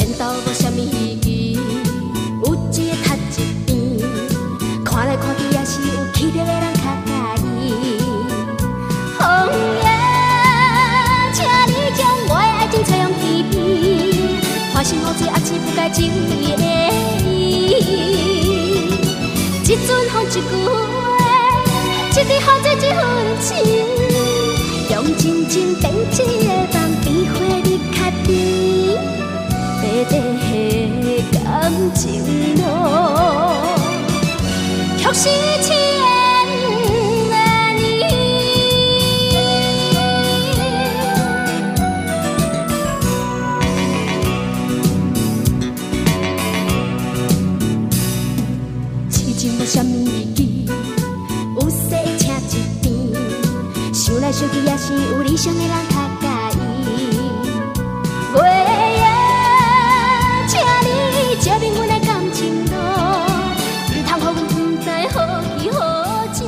缘投无啥物意义，有一个赚一边，看来看去也是有气力的人较介意。红颜，请你将我的爱情采用甜蜜，花心无罪，也是不该情意的伊。一阵风一句话，一滴汗水一份情，用真情变一个梦，比花你较甜。白白的感情路，却是痴缘的你。痴情无啥物意义，有势请一边，想来想去也是有理想的人较介意。月夜，请你借明阮的感情路，唔通予阮不知好奇好笑。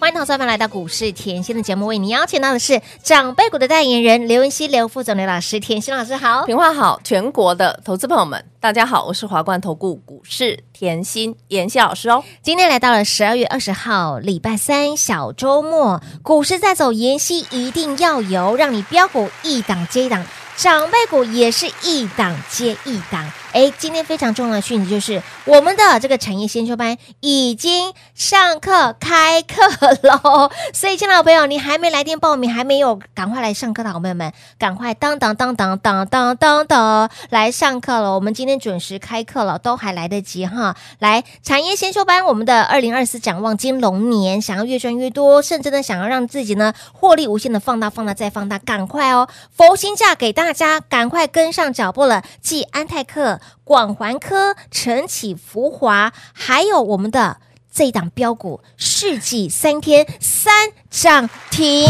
欢迎投资者朋友们来到股市甜心的节目，为你邀请到的是长辈股的代言人刘文熙、刘副总、刘老师。甜心老师好，平话好，全国的投资朋友们，大家好，我是华冠投顾股市甜心妍希老师哦。今天来到了十二月二十号，礼拜三小周末，股市在走，妍希一定要有，让你标股一档接一档，长辈股也是一档接一档。哎，今天非常重要的讯息就是，我们的这个产业先修班已经上课开课喽，所以，亲爱的朋友，你还没来电报名，还没有赶快来上课的好朋友们，赶快当当当当当当当当来上课了！我们今天准时开课了，都还来得及哈。来，产业先修班，我们的二零二四展望金龙年，想要越赚越多，甚至呢想要让自己呢获利无限的放大、放大再放大，赶快哦！佛心价给大家，赶快跟上脚步了。继安泰克、广环科、晨起福华，还有我们的。这一档标股世纪三天三涨停，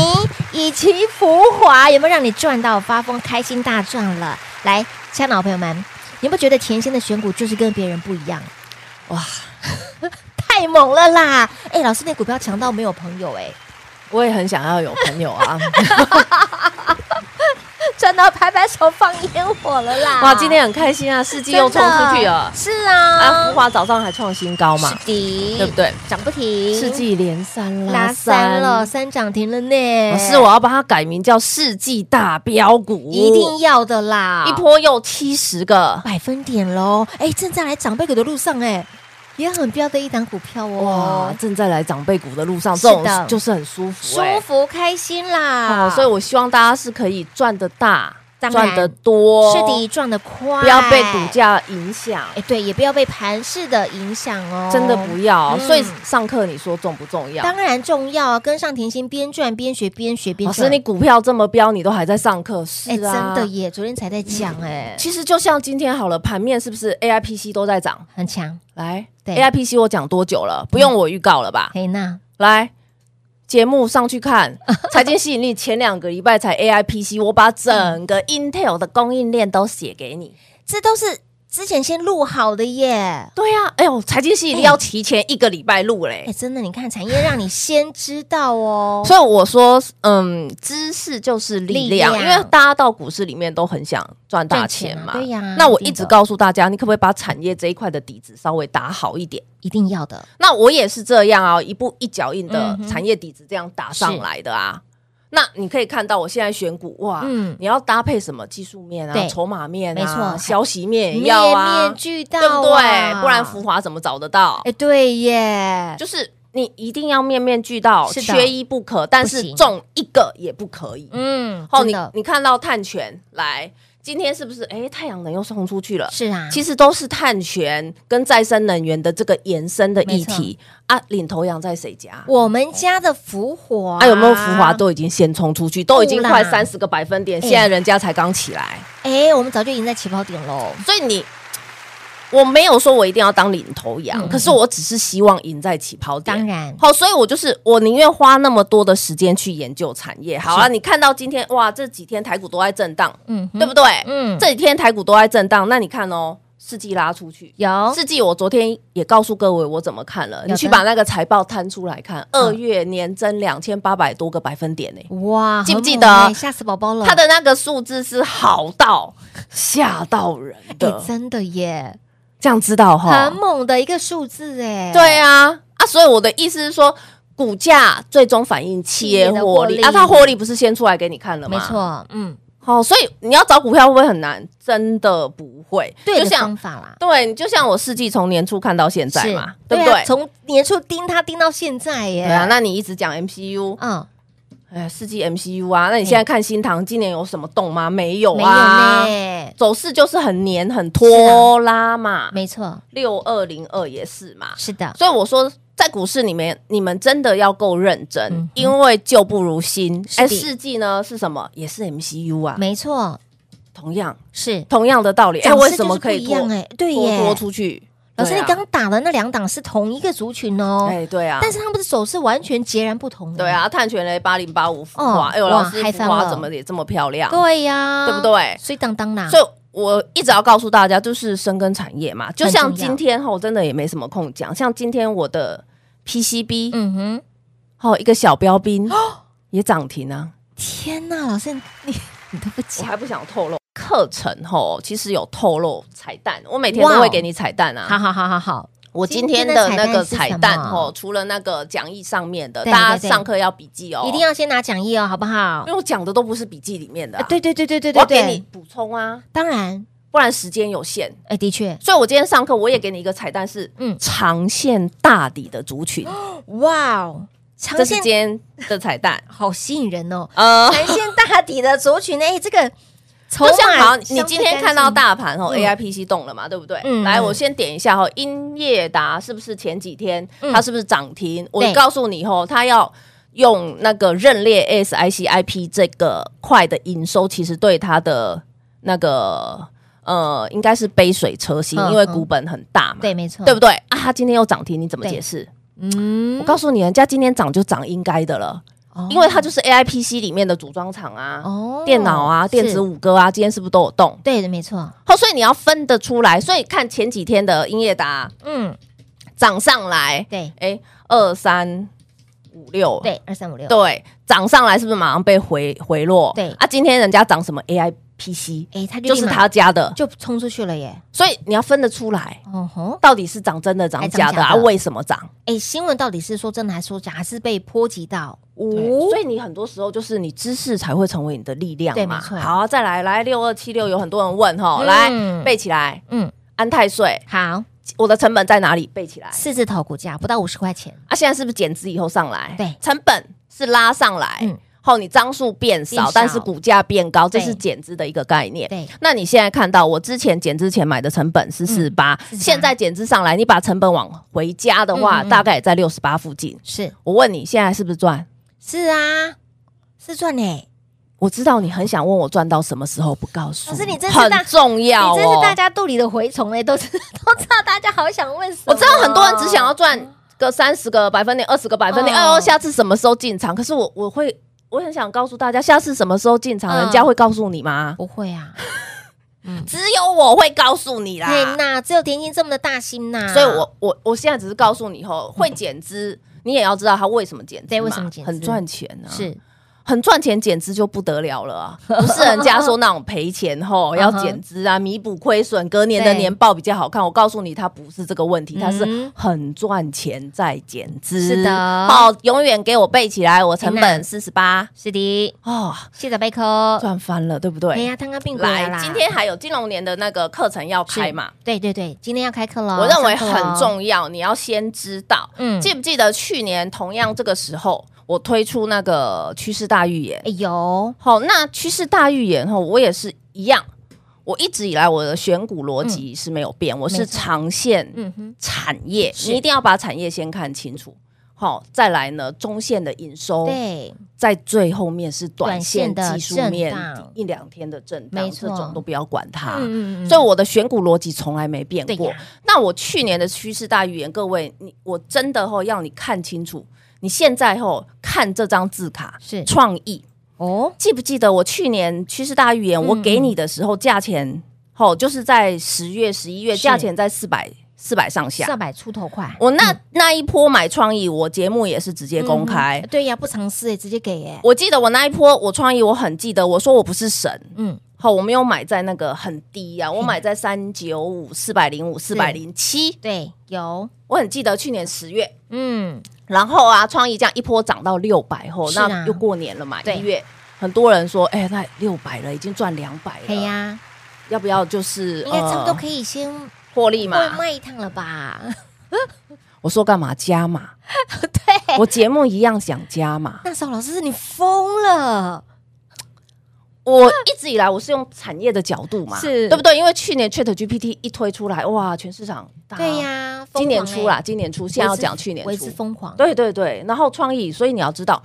以及浮华，有没有让你赚到发疯、开心大赚了？来，亲爱的好朋友们，你有没有觉得甜心的选股就是跟别人不一样？哇，太猛了啦！哎，老师，那股票强到没有朋友哎、我也很想要有朋友 啊！ 赚到拍拍手放烟火了啦！哇，今天很开心啊，世纪真的又冲出去了。是啊，啊，福华早上还创新高嘛，是的，对不对？涨不停，世纪连三拉三拉哦三了，，三涨停了呢。老师，我要把它改名叫世纪大标股，啊一定要的啦，一波又七十个。百分点喽！哎，正在来长辈股的路上，哎，也很标的一档股票哇哦，，正在来长辈股的路上，是这的种就是很舒服、欸，舒服开心啦！哦，所以我希望大家是可以赚得大，当然赚得多，是的，赚得快，不要被股，价影响，哎，对，也不要被盘势的影响哦，真的不要。嗯所以上课你说重不重要？当然重要啊，跟上甜心边赚边学，边学边老师，赚。你股票这么飙，你都还在上课，哎，是真啊，的。耶，昨天才在讲哎，其实就像今天好了，盘面是不是 AIPC 都在涨？很强。来对嗯，AIPC 我讲多久了？不用我预告了吧？嘿，那来。节目上 去看，财经吸引力前两个礼拜才 AIPC，我把整嗯个 Intel 的供应链都写给你。这都是之前先录好的耶。对呀、哎呦，财经系一定要提前一个礼拜录嘞、哎，真的，你看产业让你先知道哦。所以我说，嗯，知识就是力量，力量因为大家到股市里面都很想赚大钱 嘛。赚钱啊对呀那我一定一的直告诉大家，你可不可以把产业这一块的底子稍微打好一点？一定要的，那我也是这样啊，一步一脚印的嗯哼产业底子这样打上来的啊。那你可以看到，我现在选股哇，嗯你要搭配什么技术面对啊、筹码面啊、没错消息面也要面啊，面俱到、对不对？不然福。浮华怎么找得到？哎、对耶，就是你一定要面面俱到，是的缺一不可，但不是行中一个也不可以。嗯，哦，真你的你看到碳权来今天是不是？哎，太阳能又冲出去了。是啊，其实都是碳权跟再生能源的这个延伸的议题啊。领头羊在谁家？我们家的浮华，啊，有没有浮华？都已经先冲出去，都已经不啦快三十个百分点，哎现在人家才刚起来。哎，我们早就已经在起跑点喽。所以你，我没有说我一定要当领头羊，嗯可是我只是希望赢在起跑点。当然好，所以我就是我宁愿花那么多的时间去研究产业。好啊，你看到今天哇，这几天台股都在震荡，嗯哼，对不对？嗯，这几天台股都在震荡，那你看哦，世纪拉出去。有世纪，我昨天也告诉各位我怎么看了，哦的嗯你去把那个财报摊出来看，二月年增两千八百多个百分点呢、哇，记不很记猛得欸吓死宝宝了？它的那个数字是好到吓到人的哎，，真的耶，这样知道哈？很猛的一个数字哎。对啊，啊，所以我的意思是说，股价最终反映企业获企业的获利利啊，它获利不是先出来给你看了吗？没。错，嗯，好、所以你要找股票会不会很难？真的不会，对就的像方法啦。对，你就像我世纪从年初看到现在是嘛，对不啊对？从年初盯它盯到现在耶。对啊，那你一直讲 MCU，嗯，哎，世纪 MCU 啊，那你现在看新塘今年有什么动吗？没有哎没有啊，呢，啊走势就是很黏很拖拉嘛，没错，六二零二也是嘛，是的，所以我说，在股市里面，你们真的要够认真，嗯哼因为旧不如新。是哎，的世纪呢是什么？也是 MCU 啊，没错，同样是。同样的道理。哎，涨势为什么就是可以不一多样哎对多耶多出去？老师，对你啊刚打的那两档是同一个族群哦，哎对啊，但是他们的手势完全截然不同。对，啊，碳权雷八零八五浮哦华，哎呦，哇老师嗨浮翻华了怎么也这么漂亮？对啊嗯呀，对不对所以当当啦，所以我一直要告诉大家，就是深耕产业嘛。就像很重要今天哈，我真的也没什么空讲。像今天我的 PCB，嗯哼，哦，一个小标 兵也涨停啊。天哪，老师你 你你都不我讲，还不想透露课程吼，其实有透露彩蛋，我每天都会给你彩蛋啊。好好好好好，我今天的那个今天的彩彩蛋是蛋什哦么吼，除了那个讲义上面的，对对大家对上课要笔记哦，一定，要先拿讲义哦，好不好因？为我讲的都不是笔记里面的啊、啊对对对对对哎我对要给你对，补充啊，当然，不然时间有限。哎，的确，所以我今天上课我也给你一个彩蛋是，嗯嗯，长线大底的 族群，哇哦，这长是线。今天的彩蛋好吸引人 哦， 呃，长线大底的族群，哎，这个筹就像好，码你今天看到大盘哦嗯，AIPC 动了嘛，对不对？嗯来，我先点一下哦，英业达是不是前几天嗯它是不是涨停？我对告诉你哦，它要。用那个认列 SICIP 这个块的营收，其实对它的那个呃，应该是杯水车薪，嗯因为嗯股本很大嘛，对，没错，对不对啊？它今天又涨停，你怎么对解释？嗯我告诉你，人家今天涨就涨应该的了，哦因为它就是 AIPC 里面的组装厂啊，哦电脑啊、电子是五哥啊，今天是不是都有动？对的，没错，好，所以你要分得出来。所以看前几天的英业达嗯，涨上来，对哎，二三五六，对，二三五六，对，涨上来是不是马上被回回落？对啊，今天人家涨什么 AIPC，哎，他就是他家的，就冲出去了耶，所以你要分得出来，哦吼，到底是涨真的涨假的还涨假啊？的为什么涨？哎，新闻到底是说真的还是说假，还是被波及到？对所以你很多时候就是你知识才会成为你的力量对嘛。没错好啊，再来来六二七六，有很多人问哈，嗯来背起来，嗯，安泰税，好，我的成本在哪里？背起来四字头股价不到五十块钱，啊！现在是不是减资以后上来？对成本是拉上来，嗯后你张数变变少少，但是股价变高，这对是减资的一个概念。对，嗯那你现在看到我之前减资前买的成本是四八、 48现在减资上来，你把成本往回加的话，嗯嗯嗯大概也在六十八附近。是我问你，现在是不是赚？是啊，是赚嘞，我知道你很想问我赚到什么时候，不告诉老你。师你真是很大重要、哦，你真是大家肚里的蛔虫哎，都知 都知道大家好想问什么，我知道很多人只想要赚个三十个百分点、二十个百分点，嗯哎呦，下次什么时候进场？可是我我会，我很想告诉大家，下次什么时候进场，嗯人家会告诉你吗？不会 啊，嗯只有我会告诉你啦。嘿呐，只有甜心这么的大心呐，所以我我我现在只是告诉你，后会减资，你也要知道它嗯为什么减资嘛，对为什么减资很赚钱啊，是很赚钱，减资就不得了了啊！不是人家说那种赔钱后要减资啊，弥补亏损，隔年的嗯对年报比较好看。我告诉你，它不是这个问题，它嗯是很赚钱在减资。是的好，永远给我背起来，我成哎那本四十八是的，哦，谢谢贝壳，赚翻了，对不哎对？呀，刚刚并过来来啦，，今天还有金融年的那个课程要开嘛？对对对，今天要开课了，我认为上课咯很，重要，你要先知道。哦嗯记不记得去年同样这个时候，我推出那个趋势大预言？哎有，好，那趋势大预言哈，我也是一样，我一直以来我的选股逻辑是没有变，我嗯没是错长线嗯哼，产业，是你一定要把产业先看清楚。好、再来呢，中线的营收，对，在最后面是短线短线的技术面震荡一两天的震荡，没错这种都不要管它。嗯所以我的选股逻辑从来没变对过呀。那我去年的趋势大预言，各位，你我真的吼、要你看清楚，你现在吼、看这张字卡是创意，哦，记不记得我去年趋势大预言，嗯我给你的时候价钱吼、就是在十月、十一月，是价钱在四百四百上下。上百出头块，我那、那一波买创意，我节目也是直接公开。嗯对呀，不藏私哎，直接给哎，我记得我那一波我创意，我很记得，我说我不是神，嗯，好，我没有买在那个很低啊，我买在三九五、四百零五、四百零七，对，有，我很记得去年十月，嗯，然后啊，创意这样一波涨到六百后，是啊那又过年了嘛，对一月。很多人说，哎、那六百了，已经赚两百了，哎呀，要不要就是嗯呃应该差不多可以以先获利嘛？过卖一趟了 吧？我说干嘛加码？对，我节目一样想加码，那时候老师你疯了，我一直以来我是用产业的角度嘛，是对不对？因为去年 Chat GPT 一推出来，哇，全市场大欸对，呀，今年疯出狂哎啦，，今年出，现在要讲去年为之出，疯狂，对对对。然后创意，所以你要知道，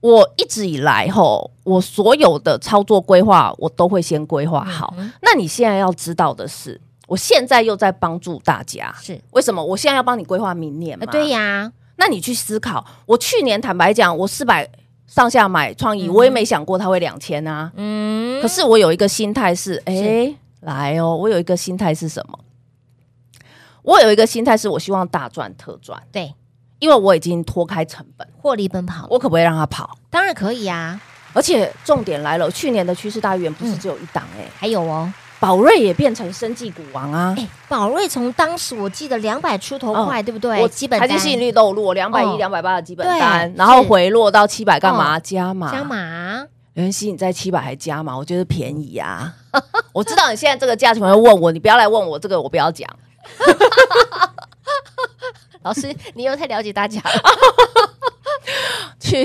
我一直以来吼，我所有的操作规划我都会先规划好。那你现在要知道的是，我现在又在帮助大家，是，为什么？我现在要帮你规划明年嘛？呃对呀，那你去思考，我去年坦白讲，我四百上下买创意，我也没想过它会两千啊。嗯，可是我有一个心态是，哎、来哦，我有一个心态是什么？我有一个心态是我希望大赚特赚，对，因为我已经脱开成本，获利奔跑，我可不可以让它跑？当然可以啊呀，而且重点来了，去年的趋势大预言不嗯是只有一档哎、还有哦，宝瑞也变成生技股王啊。哎，宝瑞从当时我记得两百出头块，嗯对不对？基本财单经吸引力都有落，两百哦一、两百八的基本单对，然是后哦回落到七百干嘛？加码，加码，袁熙，你在七百还加嘛？我觉得便宜 呀、我知道你现在这个价钱会问我，你不要来问我这个，我不 要讲。老师你又太了解大 家了，去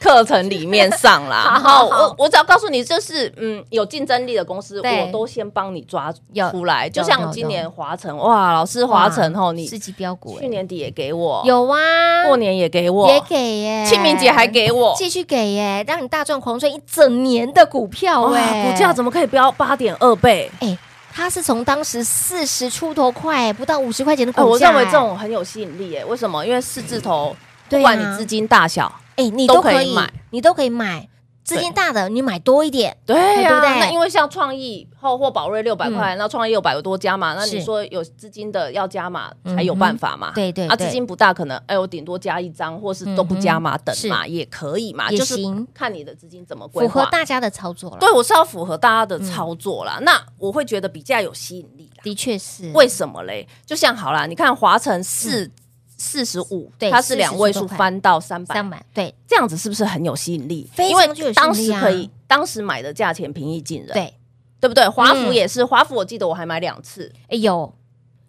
课程里面上啦， 好好好我我只要告诉你，就是嗯，有竞争力的公司，对我都先帮你抓有出来。就有有像今年华晨，哇，老师华晨吼，你世纪标股，哎去年底也给我，有啊，过年也给我，也给耶，清明节还给我，继续给耶，让你大赚狂赚一整年的股票哎，哇，股价怎么可以飙八点二倍？哎，它是从当时四十出头块，不到五十块钱的哎，我股价，认为这种很有吸引力诶，为什么？因为四字头，对啊不管你资金大小，哎，你都都可可以以买，你都可以买，资金大的你买多一点，对呀、对不对那因为像创意后或宝瑞六百块，那创意有百多加嘛，那是你说有资金的要加码嗯哼才有办法嘛？对对啊，对嗯资金不大，可能哎，我顶多加一张，或是都不加码等嘛，也可以嘛，也就是行看你的资金怎么规符合划。大嗯家的操作了。对，我是要符合大家的操作啦。那我会觉得比较有吸引力啦。的确是，为什么嘞？就像好啦，你看华晨四四十五嗯对，它是两位40多数块翻到三百三百对这样子是不是很有吸引力？非常具有吸引力啊当时可以，当时买的价钱平易近人，对，对不对？华府嗯也是，华府我记得我还买两次，哎有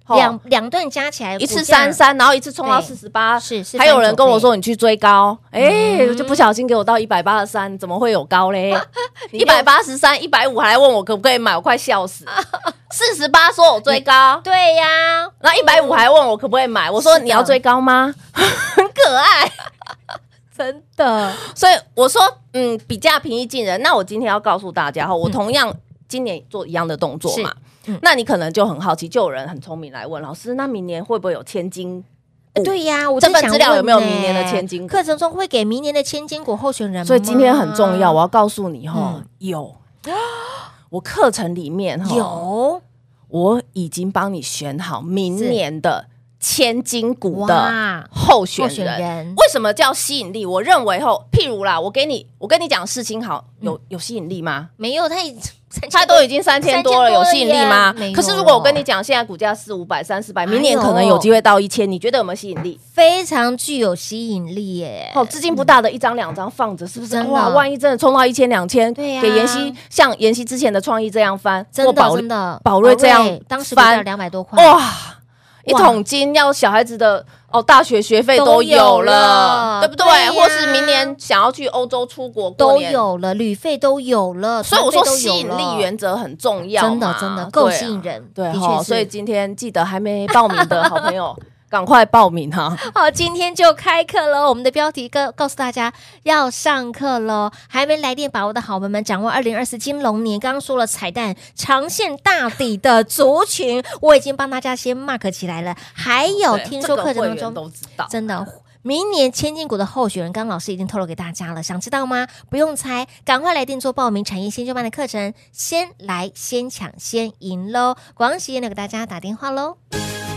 吼两两段加起来一次股价三三，然后一次冲到对四十八，是是还有人跟我39说你去追高，哎，嗯我就不小心给我到一百八十三，怎么会有 高嘞？你一百八十三、一百五还来问我可不可以买，我快笑死。四十八说我 追高，对呀，然后一百五还问我可不可以买，我说是的你要追高吗？很可 爱，真的所以我说，嗯，比价平易近人。那我今天要告诉大家哈，我同样今年做一样的动作嘛，嗯是嗯那你可能就很好奇，就有人很聪明来问老师，那明年会不会有千金？哎对呀，我嗯这正份想资料有问没有呢明年的千金股课程中会给明年的千金股候选人吗？所以今天很重要，我啊要告诉你哈，嗯有。我课程里面哈，有我已经帮你选好明年的千金股的哇，候选候人。选人为什么叫吸引力？我认为吼，譬如啦，我给你，我跟你讲事情好，嗯有有吸引力吗？没有他已 三千它都已经三千多了，有三吸千引多力了耶吗没有？可是如果我跟你讲，现在股价四五百、三四百，明年哎呦可能有机会到一千，你觉得有没有吸引力？非常具有吸引力耶。哦，资金不大的一张两张放着，是不是真？的哇，万一真的冲到一千、两千，对呀给妍希像妍希之前的创意这样翻，真或的宝真的，宝瑞这样当时股价翻哦两百多块，哇，一桶金要小孩子的哦，大学学费都都有有了了，对不对？对呀或是明年想要去欧洲出国过都年，有了，旅费都有了，所以我团说费都吸有引力了原则很重要嘛，真的真的够对啊吸引人，对的确哈、是。所以今天记得还没报名的好朋 友，赶快报名哈、好，今天就开课喽。我们的标题告告诉大家要上课喽，还没来电把握的好朋友们，掌握二零二四金龙年。刚刚说了彩蛋，长线大底的族群，我已经帮大家先 mark 起来了。还有哦对听说这个课程会当员中，都知道，真的。明年千金股的候选人，刚刚老师已经透露给大家了，想知道吗？不用猜，赶快来电做报名产业先修班的课程，先来先抢先赢喽！广喜也给大家打电话喽。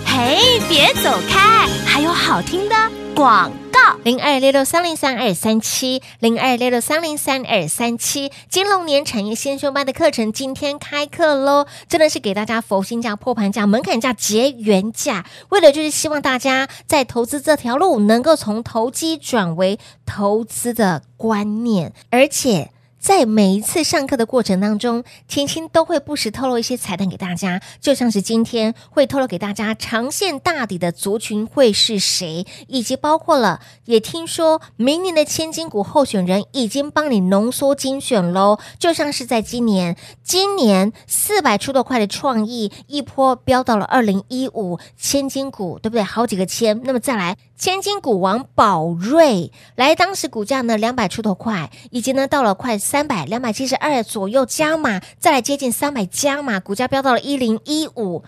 嘿，别走开，还有好听的广告。零二六六三零三二三七，零二六六三零三二三七，金龙年产业先修班的课程今天开课喽！真的是给大家佛心价、破盘价、门槛价、结缘价，为了就是希望大家在投资这条路能够从投机转为投资的观念，而且。在每一次上课的过程当中，甜心都会不时透露一些彩蛋给大家，就像是今天会透露给大家长线大底的族群会是谁，以及包括了也听说明年的千金股候选人已经帮你浓缩精选喽，就像是在今年，今年四百出头块的创意一波飙到了二零一五千金股，对不对？好几个千，那么再来千金股王宝瑞，来当时股价呢两百出头块，以及呢到了快三百两百七十二左右加码，再来接近三百加码，股价飙到了一零一五。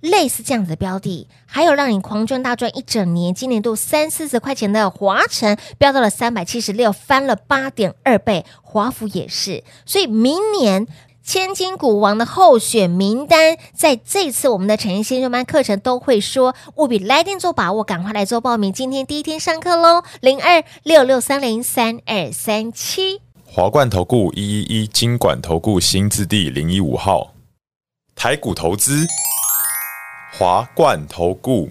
类似这样子的标的，还有让你狂赚大赚一整年，今年度三四十块钱的华晨飙到了三百七十六，翻了八点二倍，华府也是，所以明年。千金股王的候选名单，在这次我们的产业先修班课程都会说，务必来电做把握，赶快来做报名，今天第一天上课喽，零二六六三零三二三七。华冠投顾一一一金管投顾新字第零一五号，台股投资，华冠投顾。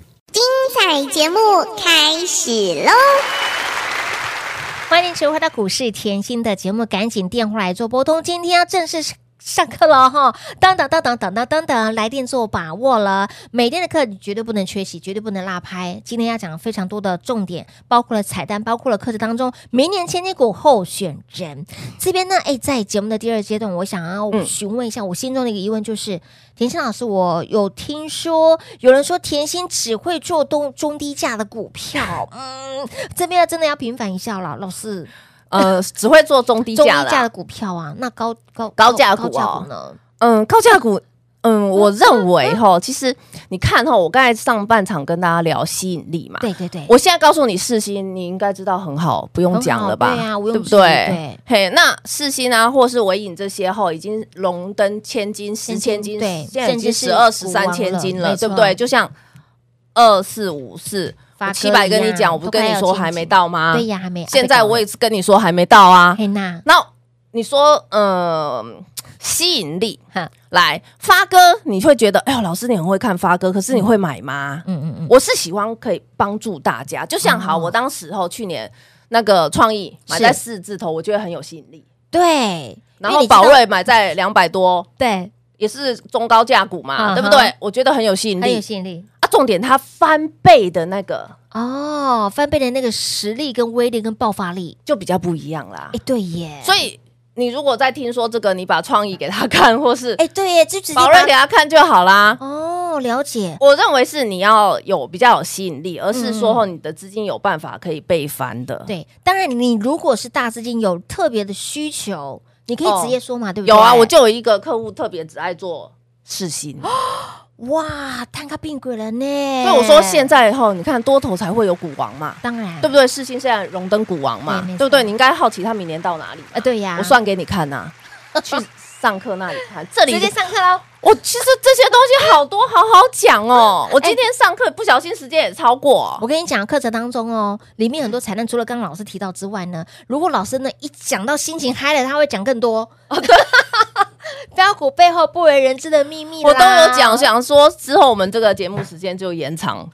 欢迎持续回到股市甜心的节目，赶紧电话来做拨通。今天要正式上课了哈，当当当当当当当当，来电做把握了。每天的课你绝对不能缺席，绝对不能落拍。今天要讲非常多的重点，包括了彩蛋，包括了课程当中明年千金股候选人。这边呢，哎，在节目的第二阶段，我想要嗯询问一下，我心中的一个疑问就是，甜心老师，我有听说有人说甜心只会做中中低价的股票，嗯，这边要真的要平反一下了，老师。呃，只会做中 低中低价价啦的，股票啊，那高高高价股高价哦股呢？嗯，高价股。嗯，我认为 哈，其实你看哈，我刚才上半场跟大家聊吸引力嘛，对对对，我现在告诉你世新，你应该知道很好，不用讲了吧？很好对啊毋庸不置疑对？嘿，那世新啊，或是伟影这些后已经荣登千金、十千金，对现在已甚经至是十二、十股王三了千金没了，错对不对？就像二四五四发哥七百，一样跟你讲，我不跟你都快要说千金还没到吗？对呀，还没。啊现在我也是跟你说还没到啊。嘿娜，那你说，嗯，吸引力哈，来发哥，你会觉得，哎呦，老师你很会看发哥，可是你会买吗？嗯嗯嗯，我是喜欢可以帮助大家，就像好，哦我当时候去年那个创意买是在四字头，我觉得很有吸引力。对。因然为后你知道宝瑞买在两百多，对也是中高价股嗯嘛，哼对不对？我觉得很有吸引很有力吸引力啊。重点它翻倍的那个哦，翻倍的那个实力、跟威力、跟爆发力，就比较不一样啦哎。，对耶，所以你如果在听说这个，你把创意给他看，或是哎对耶，就直接宝把瑞给他看就好啦。哦，了解，我认为是你要有比较有吸引力，而嗯是说后你的资金有办法可以被翻的。对。当然，你如果是大资金有特别的需求，你可以哦直接说嘛，对不对？有啊，我就有一个客户特别只爱做世新，哦哇，摊开变鬼了呢。所以我说现在后你看多头才会有股王嘛，当然对不对？世新现在荣登股王嘛嗯对没错，对不对？你应该好奇他明年到哪里嘛啊，对呀，我算给你看呐，去上课那里看，这里直接上课喽。我其实这些东西好多好好哎讲哦，我今天上课不小心时间也超过我，跟你讲，课程当中哦，里面很多彩蛋，除了刚刚老师提到之外呢，如果老师呢一讲到心情嗨了，他会讲更多。哦，对， 标股背后不为人知的秘密啦，我都有讲，想说之后我们这个节目时间就 延长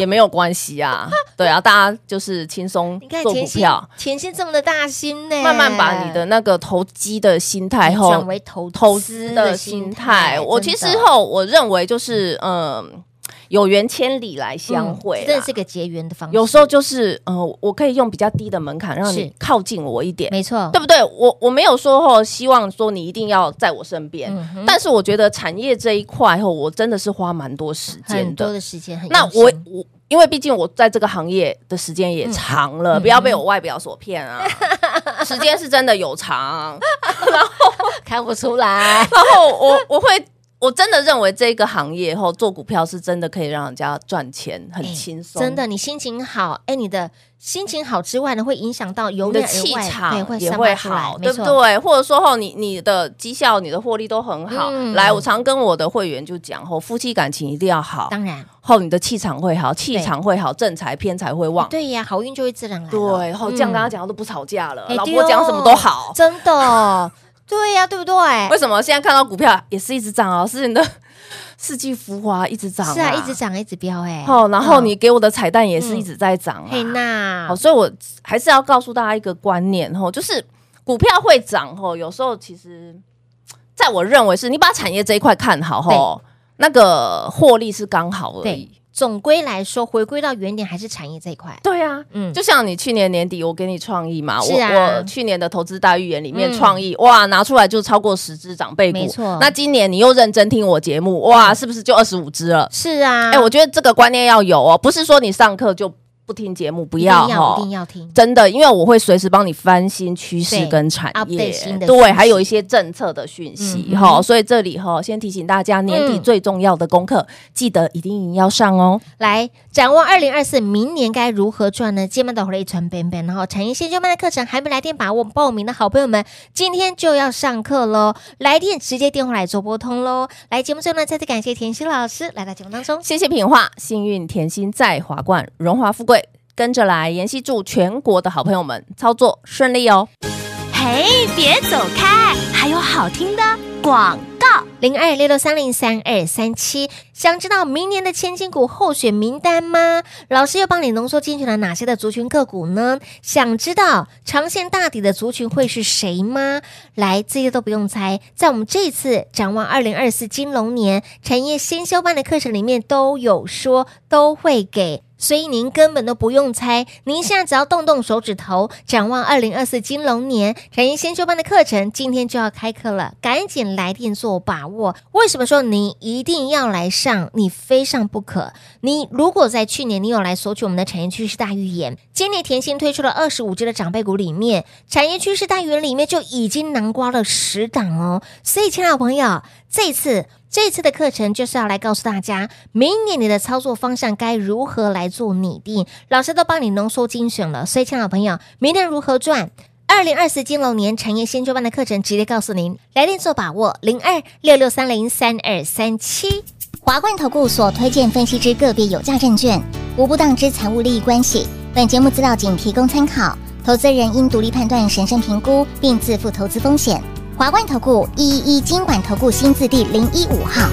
也没有关系啊，对啊，大家就是轻松你看做股甜心票。，甜心这么的大心呢，慢慢把你的那个投机的心态转后为投投资资的心态，我真其实的后我认为就是嗯。有缘千里来相会啦，嗯真的是个结缘的方式。有时候就是呃，我可以用比较低的门槛让是你靠近我一点，没错，对不对？我我没有说哦，希望说你一定要在我身边，嗯哼但是我觉得产业这一块哦，我真的是花蛮多时间很多的。的时间很那用心。我我。因为毕竟我在这个行业的时间也嗯长了，不要被我外表所骗啊！ 时间是真的有长，看不出来，然后我我会我真的认为这个行业后做股票是真的可以让人家赚钱，很哎轻松，真的，你心情好，哎，你的心情好之外呢，会影响到由你的内气而外对，场会也散会发出来好，，没对错，不对？或者说后你你的绩效、你的获利都很好。嗯来，我常跟我的会员就讲后，夫妻感情一定要好，当然，后你的气场会好，气场会好，正财偏财会旺。对呀，好运就会自然来了。对，后这样嗯跟他讲都不吵架了，哎老对婆讲什么都哦好。真的，对呀，对不对？为什么现在看到股票也是一直涨啊？是 你的世纪浮华一直涨、是啊，一直。涨，一直飙，哎，哦，然后嗯你给我的彩蛋也是一直在涨、啊嘿娜好，，所以我还是要告诉大家一个观念吼，就是股票会涨吼，有时候其实，在我认为是你把产业这一块看好吼，那个获利是刚好而对已。，总归来说，回归到原点还是产业这一块，对啊，嗯，就像你去年年底我给你创意嘛，是啊我我去年的投资大预言里面嗯创意、哇拿出来就超过十只长辈股，没错那今年你又认真听我节目哇，是不是就二十五只了？是啊，哎、我觉得这个观念要有哦，不是说你上课就不听节目，不一定要要吼一定要听，真的，因为我会随时帮你翻新趋势跟产对 update 新业的讯息对，还有一些政策的讯息嗯哼哈、所以这里哈，先提醒大家，年底嗯最重要的功课，记得一定要上哦。来展望二零二四明年该如何赚呢？接班的回来一传本本，然后产业先修班的课程还没来电把握报名的好朋友们，今天就要上课喽！来电直接电话来做拨通喽！来节目最后呢，再次感谢甜心老师来到节目当中。谢谢品画，幸运甜心在华冠，荣华富贵跟着来。妍希祝全国的好朋友们操作顺利哦。嘿，别走开，还有好听的广告。零二六六三零三二三七。想知道明年的千金股候选名单吗？老师又帮你浓缩精选了哪些的族群个股呢？想知道长线大底的族群会是谁吗？来，这些都不用猜，在我们这一次展望二零二四金龙年产业先修班的课程里面都有说，都会给。所以您根本都不用猜，您现在只要动动手指头，展望二零二四金龙年产业先修班的课程，今天就要开课了，赶紧来电做把握。为什么说您一定要来上？你非上不可。你如果在去年你有来索取我们的产业趋势大预言，今年甜心推出了二十五只的长辈股里面，产业趋势大预言里面就已经囊括了十档哦。所以，亲爱的朋友，这次。这次的课程就是要来告诉大家，明年你的操作方向该如何来做拟定，老师都帮你浓缩精选了。所以，亲爱的朋友，明年如何赚？二零二四金龙年产业先修班的课程直接告诉您，来电做把握零二六六三零三二三七。华冠投顾所推荐分析之个别有价证券，无不当之财务利益关系。本节目资料仅提供参考，投资人应独立判断、审慎评估，并自负投资风险。华冠投顾一一一金管投顾新字第零一五号。